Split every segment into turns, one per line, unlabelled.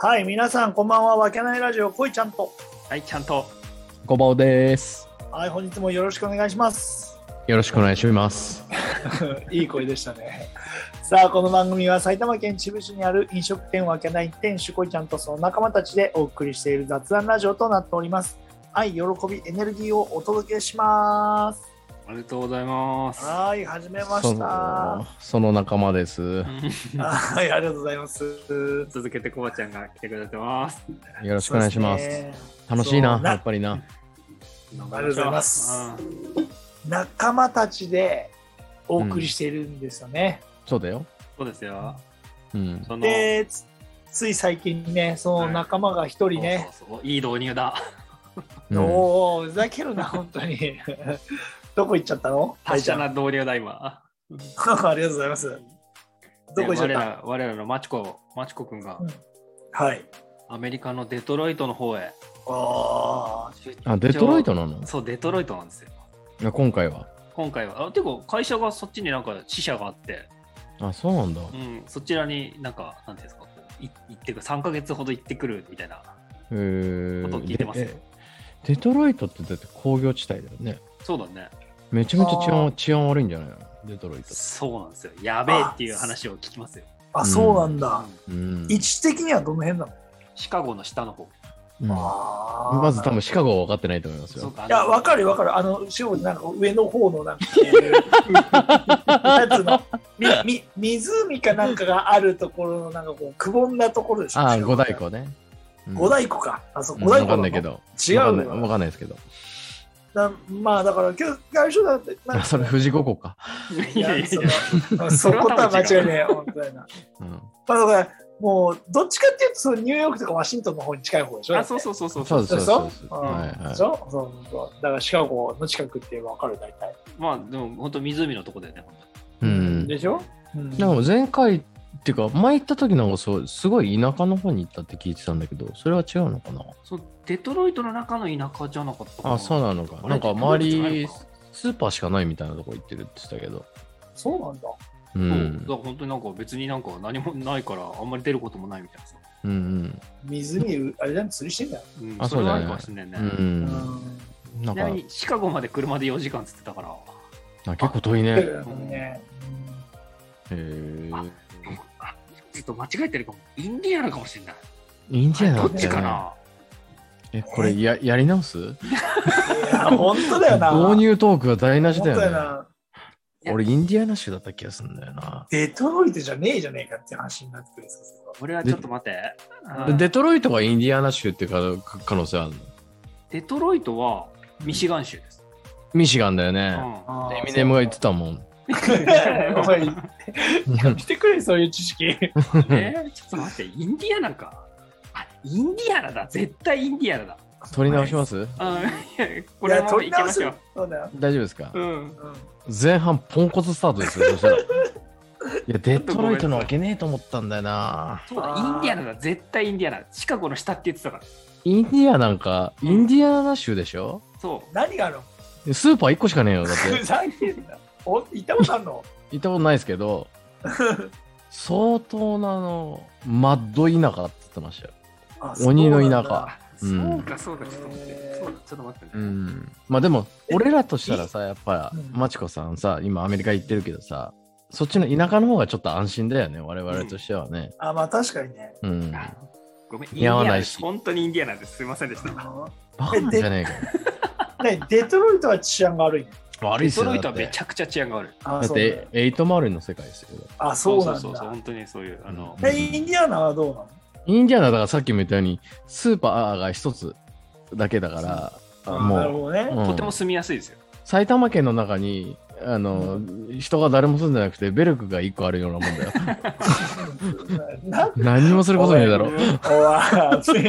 はい、皆さん、こんばんは。わけないラジオ、こいちゃんと。
はい、ちゃんと。
ごぼうです。
はい、本日もよろしくお願いします。
よろしくお願いします。
いい声でしたね。 さあ、この番組は埼玉県秩父市にある飲食店わけない店主こいちゃんとその仲間たちでお送りしている雑談ラジオとなっております。愛、喜び、エネルギーをお届けします。
ありがとうございます。
はい、始めま
そ
した。
の
は
その仲間です。よ
い、ありがとうございます。
続けてコバちゃんが来てくれてます。
ろしくお願いします。
そうでね
楽しい
そ
な
う、な
やっぱりな。
あり
がとうございます仲間たちでお送りしているんですよね。
そうだよ。
そうですよ。
うん。
その、
でつ、つい最近ね、その仲間が一人ね、
そうそうそういい導入だ。
うん
おお、ふざけるな、本当に。 どこ行っちゃったの
達者な導入だ、今。
大ちゃん ありがとうございます。どこ行っ
で
ちゃっ
我
た
ら我らのマチコ、マチコくんが
うんはい。
アメリカのデトロイトの方へ。
あ
あ、デトロイト
の
なの
そう、デトロイトなんですよ。
あ今回は。
今回は。あてか、会社がそっちになんか支社があって、
あ、そうなんだ。
うん、そちらになんか、なんていうんですか、こうい行ってくる、3ヶ月ほど行ってくるみたいな
えー
ことを聞いてますよ。
でえデトロイトってだって工業地帯だよね。
そうだね。
めちゃめちゃ治
あー
安治安悪いんじゃないのデトロイト。
そうなんですよ。やべえっていう話を聞きますよ。
あ、あ、そうなんだ。
う
うん。
位置的にはどの辺なの
んシカゴの下の方。
うん
あー
まず多分シカゴは分かってないと思います
そう
よ。
か
いや、わかるわかる。あの、後ろになんか上の方の なんかこういう、なんつうのみみ湖かなんかがあるところのなんかこう、くぼんだところでしょ。
あー、五大。湖ね。うん
五大湖か。あ、そう、
うん
五大
わ
湖
か
なの
んないけど。
違う
わか
よ
んないわかんないですけど。
なまあ、だから、今日、最初だって、なん
あ
か
それ富士五湖か。
い
い
や
や
いや
そ
い
の
や
そことは間違いねえよ、本当にな。
うん。
まあ、だから、もう、どっちかっていうと、そのニューヨークとかワシントンの方に近い方でしょ
あ、そうそうそうそう
そうで
そう
す
でしょ
そうです
うん
はいはい
でしょそうそうそう。だから、シカゴの近くってわかる、大体。
まあ、でも本当湖のとこだよね、本
うん。
でしょうん
でも前回っていうか前行った時なんかそうすごい田舎の方に行ったって聞いてたんだけどそれは違うのかな
当。そうデトロイトの中の田舎じゃなかったかな
あそうなのか
あれ
なんか周り
デトロイトじゃないのか
スーパーしかないみたいなとこ行ってるって言ってたけど
そうなんだ。
う
そうんだから本当になんか別になんか何もないからあんまり出ることもないみたいなさ。
うんうん
湖、あれだね、釣りしてんだよ。
うん、
あ
それはある
そうだよね
かもしれないね。
うん
うん。
なん
ちな
か
みにシカゴまで車で4時間っつってたから、
あ結構遠いねへ
ね
え
あちょっと間違えてるかも。インディアナかもしれない。
いいんじゃない
どっちかな
えこれややり直す
いや、本当だよな。
導入トークが台無しだ
本当だよ
よね
な。
俺インディアナ州だった気がするんだよな
デトロイトじゃねえじゃねえかって話になってくるんですよ。
俺はちょっと待って。
で
うん
デトロイトがインディアナ州っていうか可能性あるの
デトロイトはミシガン州です。
ミシガンだよ
う
ね
ん
あー
エミネムが言ってたもん
お前してくれ、そういう知識。
えーちょっと待って、インディアナか。あ、インディアナだ。絶対インディアナだ。
取り直します
あーいやこれはもう
取り
行き
直
ますしょう。
そうだよ。
大丈夫ですか
う
う
ん。
ん
前半ポンコツスタートですよ、そしたら。いや、デトロイトなわけねえと思ったんだよな。
そうだ、
あ
イ
ー
ンディアナだ。絶対インディアナ。シカゴの下って言ってたから。
インディアなんか、
うん
インディアナ州でしょ
そう。
何があるの
スーパー1個しかねえよ、だっ
ふ
て。
ざけんな。お行ったことあるの
行ったことないですけど、相当なあの、マッド田舎って言ってましたよ。
あ
鬼の
そうな
田
んだ
舎。
そ
う。
うんか、そうか、ちょっと待って。そうだ、ちょっと待って
う
ね。
ん、まあでも、俺らとしたらさ、やっぱ
うん、
マチコさんさ、今アメリカ行ってるけどさ、そっちの田舎の方がちょっと安心だよね、我々としてはね。
あ、まあ確かにね。
うん。
あごめん、インデ
似合
ィ
わ
アナ
な
で
い
す。
し
本当にインディアナです。すいませんでした。
バカなんじゃねえかよ。
ねデトロイトは治安が悪いね。
悪い
デ
っす
ト
よ。
ロイト
だっ
は
て
めちゃくちゃ治安が悪い。
あ
だっ
そうだ
て
よ
808の世界ですよ。
あ、そうなん
そうそうそう、
だ。
本当にそういう、あの、
うん
え、インディアナはどうなの
インディアナだからさっきも言ったようにスーパーが一つだけだか
あ
ら
ーなる
も
ほど
う、
ね。
うん
とても住みやすいですよ。
埼玉県の中にあの、人が誰も住んでなくてベルクが一個あるようなもんだよ
な
何もすることねえだろ
おい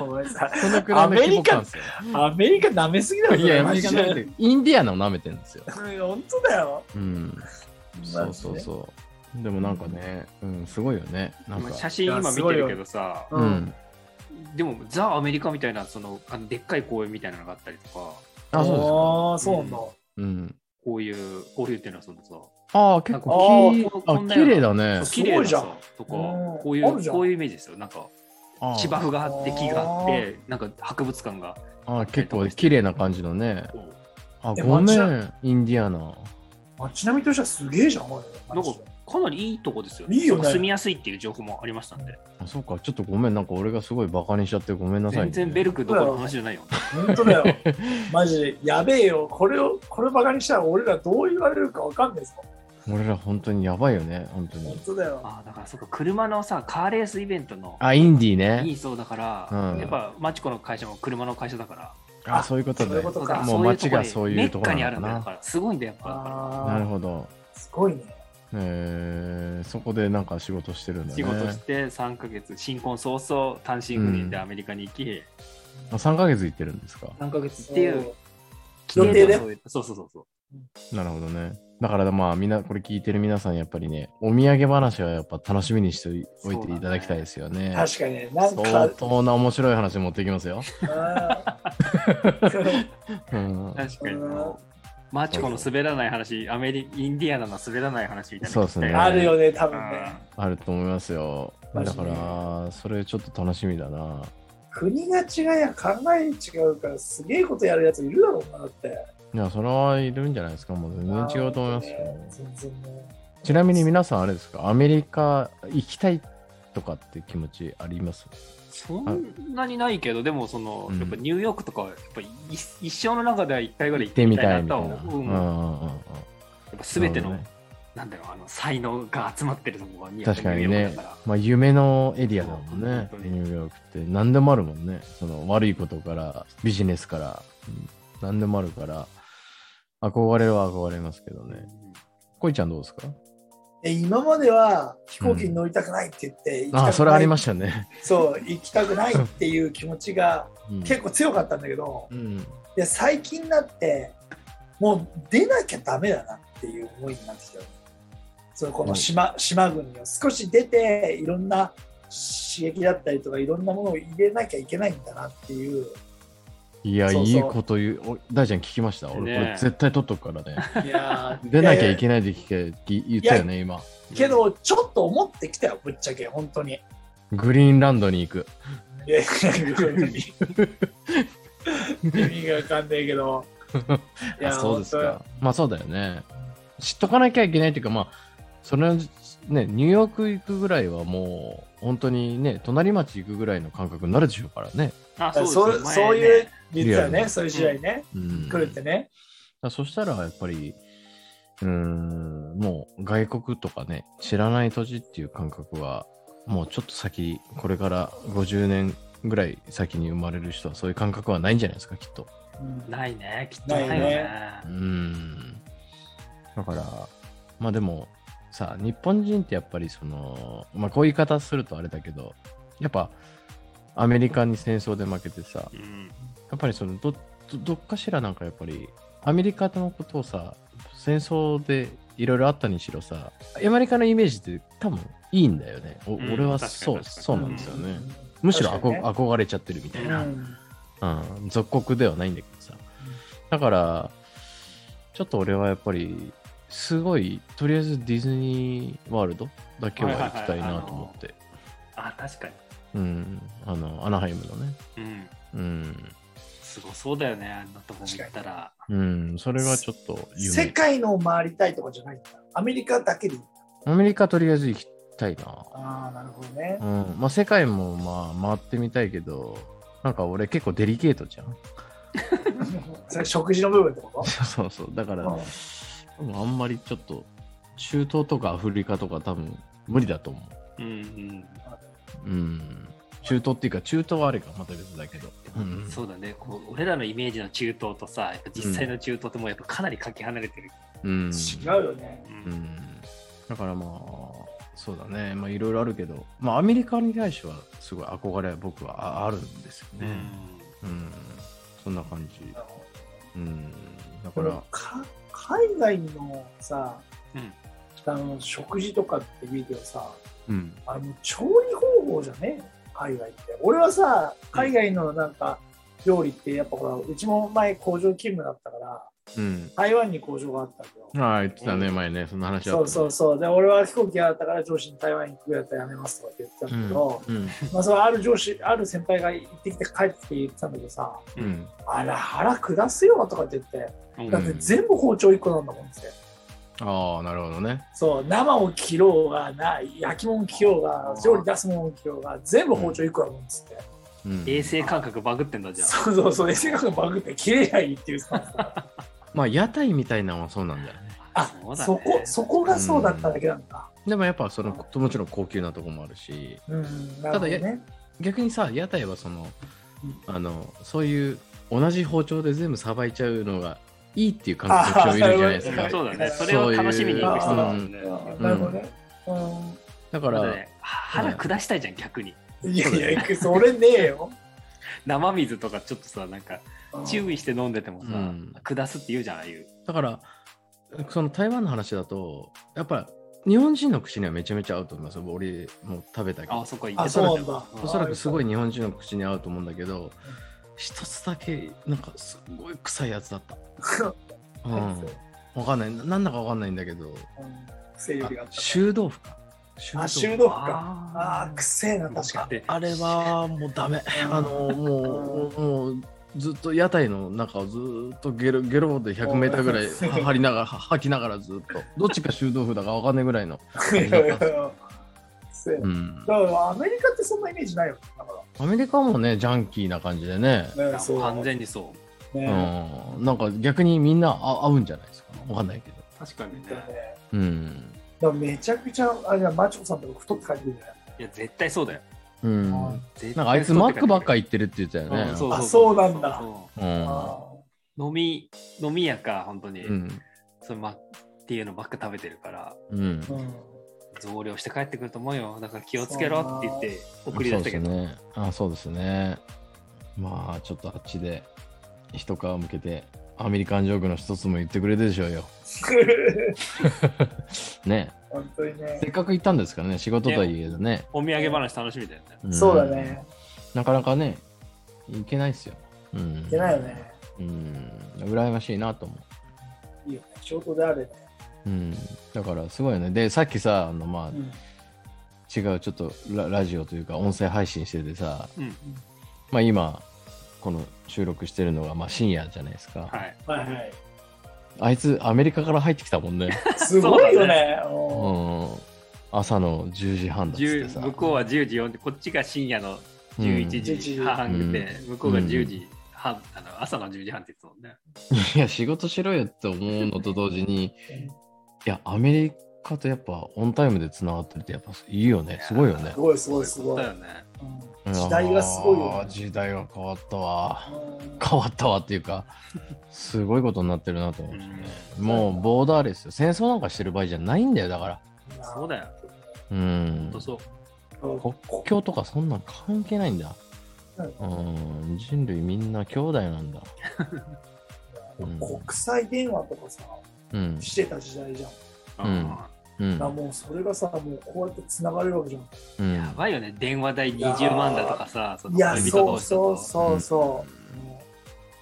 ごめんなさい
そのくらいの規模感ですよ
アメリカ舐めすぎだろ、
いやア
マ
メリ
ジ
カ
で
なんてインディアナを舐めてるんですよ、
うん本当だよ。
うん、そうそうそうでもなんかね、うん、すごいよねなんか
まあ写真今見てるけどさ、
う
うんん、
でもザ・アメリカみたいな、その、あのでっかい公園みたいなのがあったりとか、
あそうですか
あーそうなんだ。
うん
こういう、こういうっていうのはそのさ、
ああ結
あ
構
ー
き
こん
あ
こんな
綺麗だね
そう綺
す
麗な
ごいじゃん
さとか
うん
こうい
ある
う
じゃん
こういうイメージですよなんか
あー
芝生があって木があってなんか博物館が
あー結構綺麗な感じのね。
こう
あ、
え
ごめ
街
ん、インディアナ。
街並みとしてはすげえじゃん、これ
なんかかなりいいとこですよ
いいよね
住みやすいっていう情報もありましたんで
あ、そうか、ちょっとごめん、なんか俺がすごいバカにしちゃってごめんなさい、
全然ベルクどころの話じゃないよ
本当だよ。マジで、やべえよ。これを、これバカにしたら俺らどう言われるかわかんないですもん。
俺ら本当にやばいよね、本当
本
に。
当だよ。
ああだからそっか車のさカーレースイベントの
あ、インディーね。
いいそうだから、
うん
やっぱマチコの会社も車の会社だから
あ、そういうこと
そうい
ね
うこ。と
だから
か。
もう街がそういうとこ
メッカにあ
なのかな
るんだよだからすごいんだよやっぱだか
なる
あ
ほど。
あ、すごいね。
えー、そこでなんか仕事してるん
ら
だね。
仕事して3ヶ月新婚早々単身赴任でアメリカに行き、
あ3ヶ月行ってるんですか。
何ヶ月っていう
そう予定で
そういうそうそうそうそう
なるほどね。だからまあみんなこれ聞いてる皆さんやっぱりねお土産話はやっぱ楽しみにしておいていただきたいですよね。
確かにね、なん
相
か、
当な面白い話持ってきますよ。
あ
うん、
確かに
うん
マチコの滑らない話アメリインディアナの滑らない話みたいな
そうですね
ーあるよね、多
う
分ね。
ん
あると思いますよ。
マ
だ
ジで
からそれちょっと楽しみだな。
国が違いや考え違うからすげえことやるやついるだろうなだって
いやそれはいるんじゃないですか。もう全然違うと思いますよ。
全然ね
ちなみに皆さんあれですかアメリカ行きたいとかって気持ちあります
そんなにないけどでもその、
うん
やっぱニューヨークとかはやっぱ一一生の中では1回ぐらい行
行っ
ってて
み
み
た
た
い
い
み
な
たい
と
な。
は
う
思う、
んう
や
んうんうん
っぱ全ての、
なるほどね
なんだろうあの才能が集まってるところに
確かにね
やっぱニューヨークだら
まあ、夢のエリアだもんね
そう本当に
ニューヨークって何でもあるもんねその悪いことからビジネスから、うん何でもあるから憧れは憧れますけどねこいちゃんどうですか
え今までは飛行機に乗りたくないって言って、行きたくない
あそれありましたね、
そう行きたくないっていう気持ちが
うん、
結構強かったんだけど、
うん
で最近になってもう出なきゃダメだなっていう思いになってきたそのこの島,、島国を少し出ていろんな刺激だったりとかいろんなものを入れなきゃいけないんだなっていう
いや
そうそう
いいこと言うお大ちゃん聞きました俺こ
ねえ
れ絶対取っとくからね
いやー
出なきゃいけないで聞けぎ言ったよね今
けどちょっと思ってきたよぶっちゃけ本当に。
グリーンランドに行く
いや意味がわかんないけど。い
あ
や
そうですか。まあそうだよね。知っとかなきゃいけないというか、まあ、それはね、ニューヨーク行くぐらいはもう、本当にね、隣町行くぐらいの感覚になるでしょうからね。
あ
本当
そ
そう
うですね
そう
前ね
いう、実は
リアル
ね、
に
そういう試合ね、
うん、
来るってね。
だそしたら、やっぱり、うーん、もう外国とかね、知らない土地っていう感覚は、もうちょっと先、これから50年ぐらい先に生まれる人は、そういう感覚はないんじゃないですか、きっと。
うん
ないねきっとないよね
ない
うん。だから、まあでも、さ、日本人ってやっぱりその、まあこういう言い方するとあれだけど、やっぱアメリカに戦争で負けてさ、
うん
やっぱりそのど、どどっかしらなんかやっぱり、アメリカのことをさ、戦争でいろいろあったにしろさ、アメリカのイメージって多分いいんだよね。お
うん
俺
確
は
かに
そう、
確かに
そうなんですよね。むしろ
確
憧
かにね
憧れちゃってるみたいな。
うん
うん、属国ではないんだけどさ。だから、ちょっと俺はやっぱり、すごい、とりあえずディズニーワールドだけは行きたいなと思って。
あ確か
うん。あの、アナハイムのね。
にうん
うん。
すごそうだよねあんなとこ行ったら
うん。それがちょっと
世
夢。
界の回りたいとかじゃないんだ。アメリカだけでいい。
アメリカとりあえず行きたいな。
ああ、なるほどね
う。ん。まあ、世界もまあ、回ってみたいけど、なんか俺結構デリケートじゃん。
それ食事の部分ってこ
そうそう。だから、
とうん
多分あんまりちょっと、中東とかアフリカとか多分無理だと思う。
うんうん
うん。中東っていうか、中東はあれか、また別だけど。うん、
そうだねこう俺らのイメージの中東とさやっぱ実際の中東ってもうやっぱかなりかけ離れてる、
うん。
違うよね。
うん
うん。だからまあ、そうだね。まあ、いろいろあるけど、まあ、アメリカに対しては、すごい憧れは僕はああるんですよ
う
ね。
ん
うん。そんな感じ。うん。だか
これ
ら、
か海外のさ、
うん
あの食事とかって見てもさ、
うん。
あの調理方法じゃねえの海外って俺はさ海外のなんか料理ってやっぱほらうちも前工場勤務だったから
うん。
台湾に工場があったんだよ。
ああ、言ってたね、前ね、その話は。
そうそうそう。で、俺は飛行機嫌だったから上司に台湾行くやったらやめますとか言ってたんだけど、
うん。
まあ、それはある上司、ある先輩が行ってきて帰ってきて言ってたんだけどさ、
うん。
あら、腹下すよとかって言って、
うん
だって全部包丁1個なんだもんって。
ああ、なるほどね。
そう、生を切ろうがな、焼き物切ろうが、料理出すものを切ろうが、全部包丁1個だもんっつって。
うん、
衛生感覚バグってんだじゃん。
そうそうそう、衛生学のバグって切れりゃいいっていうさ。
まあ、屋台みたいなのはそうなんだよね。
あ
そうだね
そこ、そこがそうだっただけなんだ。
でもやっぱその、もちろん高級なとこもあるし、
うん、なるほど
ただ
ね。
逆にさ、屋台はその
うん、
あの、そういう同じ包丁で全部さばいちゃうのがいいっていう感
あ
覚
ー
いるじゃないです
な
う
か
るほ
んそ
ど
うだね。それを楽しみに行く人だもんね。
うんなるほどね。うん
だか
だから
ら、
ね腹下したいじゃん、逆に。
いやいや、それねえよ。
生水とかちょっとさ、なんか注意して飲んでてもさ
うん、
下すって言うじゃん、ああいう。
だから、その台湾の話だと、やっぱ日本人の口にはめちゃめちゃ合うと思います。俺も食べたけど
あ、。そこ行
あ、
け
そう
たら
な
じゃ
んだ。
ん
おそらくすご
い。
い日本人の口に合うと思うんだけど、一つだけ、なんかすごい臭いやつだった。うん。わかんない。ななんだかわかんないんだけど、
生理があ
あ
った。
臭豆腐か。臭
あ、
腐
臭豆腐か。あ
あ
ー、くせえな、確か。
に。
あれはもうダ メ。あの、もう、もう、ずっと屋台の中をずっとゲロゲロで100メーターぐ らいは張りながら、は吐きながらずっと、どっちか臭豆腐だかわかんないぐらいの。
いやいやいやくせえな。
う
だ
ん
からアメリカってそんなイメージないよ。だか
アメリカもね、ジャンキーな感じでね、
ら。ね、そう。
完全にそう。
ね。
うん、なんか逆にみんなあ合うんじゃないですか。わかんないけど。
確かに
だからね
ね。
うん。
だからめちゃくちゃ、あれだ、マチコさんとか太って帰ってくるじゃない
いや、絶対そうだよ。
うん。
はい
絶対
なんかあいつマックばっか
り
行ってるって言ってたよね。
そう
あ
そう
そうなんだ
そう
うん。
あ
飲み、飲み屋か、本当に。
うん。
そのマっていうのばっか食べてるから。
うん。
ー。うん。
増量して帰ってくると思うよだから気をつけろって言って送り出したけど、
そうですね。あ、そうですね。まあ、ちょっとあっちで、一皮向けて、アメリカンジョークの一つも言ってくれてるでしょうよ。ね。
本当にね
せ。っかく行ったんですからね、仕事とはいえどね。
お土産話楽しみだよね
ん
そうだ。ね。
なかなかね、行けないですよ。うん。
いけないよね。
うん。羨ましいなと思う。
いいよね。仕事であれね。
うん、だからすごいよね。で、さっきさ、あのまあ、
うん
違うちょっとララジオというか音声配信しててさ、
うん
まあ今、この収録してるのがまあ深夜じゃないですか。
はい
はいはい。
あいつ、アメリカから入ってきたもんね。
すごいよね。
う
うん
ん、朝の10時半だっつって
10
さ。
向こうは10時4時こっちが深夜の11時半で、向こうが10時半、あの朝の10時半って言ってたもんね
うんいや、仕事しろよって思うのと同時に、いや、アメリカとやっぱオンタイムでつながってるってやっぱいいよね。すごいよね
す。ごいすごいすごい
だ。よね
うん時代がすごいよ
あー
ね。
時代が変わったわ。
うん
変わったわっていうか、すごいことになってるなと思いましたね。もうボーダーレスよ。戦争なんかしてる場合じゃないんだよ、だから。
そうだよ
うん
本当。そう
こ
国境とかそんなん関係ないんだ。
う
うん。人類みんな兄弟なんだ。うん
国際電話とかさ、
うん。
してた時代じゃん。
うんうん
だから。もうそれがさ、もうこうやって繋がれるわけじゃん。
うん
やばいよね電話代20万だとかさその
いや、
恋人
そ
同
う
士だ
そう
と
そうそう。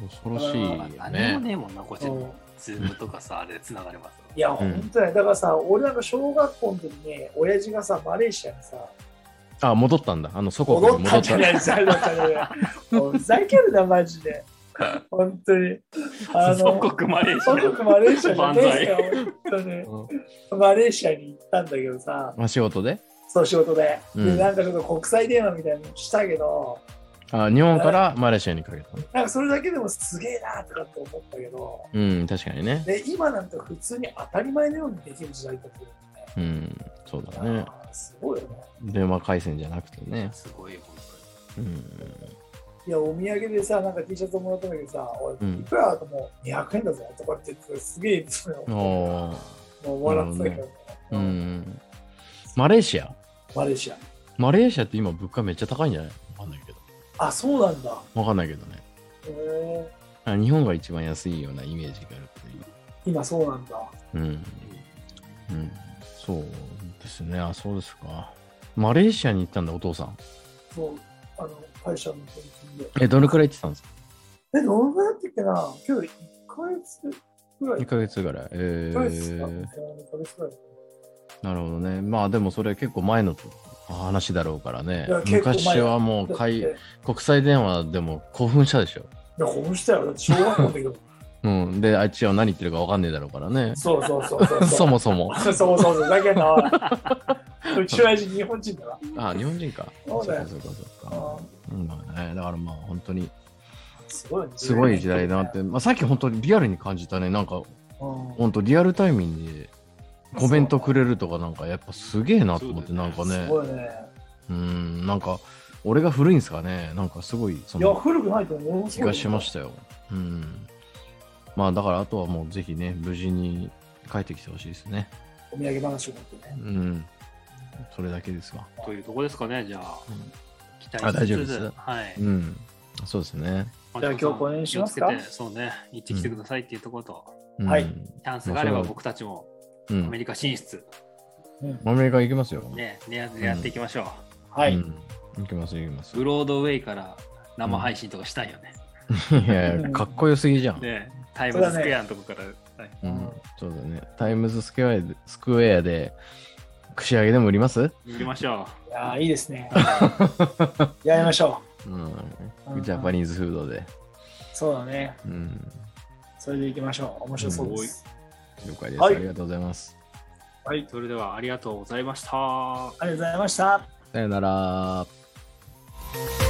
恐ろしいよ
何も
ね。
ねえもんなこっち
そう
のズームとかさあれでつながれますよ
いや、本当に。だからさ、俺なんか小学校の時に、親父がさ、マレーシアにさ、
あ、戻ったんだ。あの、祖国に
戻っ
戻
たん
っ
じ
た
ゃ。ないですか、だったらねもうふざけるな、マジで。本当に。あ
祖
の、
国マレーシ
祖国マレーシアじゃねえか、
うん
本当に。マレーシアに行ったんだけどさ、
まあ、仕事で
そう、仕事で。
う
で、
ん
なんかちょっと国際電話みたいなのしたけど、
あ日本からマレーシアにかけた。
なんかそれだけでもすげえなとかって思ったけど、
うん、確かにね。
で今なんて普通に当たり前のようにできる時代だと思
うん、そうだ
うよね
ね。
すごいよね。
電話回線じゃなくてね
ア。すごいよ本当に
うん。
いや、お土産でさ、なんか T シャツもらったんだけどさ、おい
うん
いくらだともう200円だぜとかって言って、すげえ、それを
お
もう笑ってたけどね。
ーうん。マレーシア
マレーシア。
マレーシアって今物価めっちゃ高いんじゃないわかんないけど。
あ、そうなんだ。
わかんないけどね。
へえ
あ日本が一番安いようなイメージがあるっていう。
今そうなんだ。
うん。うん。そうですね。あ、そうですか。マレーシアに行ったんだ、お父さん。
そう、あの、会社の取り組みで。
え、どれくらい行ってたんですか
え、どんぐらいだったっけな今日1ヶ月ぐらい。
2ヶ月ぐらい。え
1ヶ月か、
ー、
2ヶ月ぐらい。
なるほどね。まあでもそれ結構前の話だろうからね
いや。結構前
昔はもう
だってい
海
や、
国際電話でも興奮したでしょ。
こうしたよ。だって小学校の時 だもん
うん。で、あっちは何言ってるかわかんねえだろうからね。
そうそうそうそう。
そもそも。
そうそうそう。だけ ど、うち親父日本人だな。
あ、日本人か。
そうだよ
そうかそうか
あ
そ
ー
うか。うん、まあね。だからまあ本当に
すごいね
すごい時代だなっ。て。まあさっき本当にリアルに感じたね。なんか
うん
本当リアルタイミングでコメントくれるとかなんかやっぱすげえなと思って
そうだ
な
よ
ん
ね
か
す
ね。
ごいね。
うん、なんか俺が古いんですかね。なんかすごいそ
いや、
の
古くないと思う。
気がしましたよ。うん。まあだからあとはもうぜひね、無事に帰ってきてほしいですね。
お土産話を持ってね。
うん。それだけですわ。
というとこですかね、じゃあ
うん。
期待しつつ
あ大丈夫です
はい。
うん。そうですね。
じゃあ今日これにしますか
気をつけてそうね、行ってきてくださいっていうところと、
うん
はい
チャンスがあれば
まあそれは
僕たちも
う
アメ
ん。
リカ進出、
アメリカ行きますよ。
ね、ねやっていきましょ
は
う
い。
ん行きます行きます。
う。ブロードウェイから生配信とかしたいよね。
いやいや、かっこよすぎじゃん。
ね、タイムズスクエアのとこから、はい
うん。そうだね。タイムズスクエアで、スクエアで、串揚げでも売ります
行きましょ。。
いやー、いいです ね。やりましょ
うん。ジャパニーズフードで。
う。そうだね。
うん。
それでいきましょう。面白そうです。
了解です。
は
あ
い
りがとうございます。
はいう
それではありがとうございました。
ありがとうございました。
さよなら。
「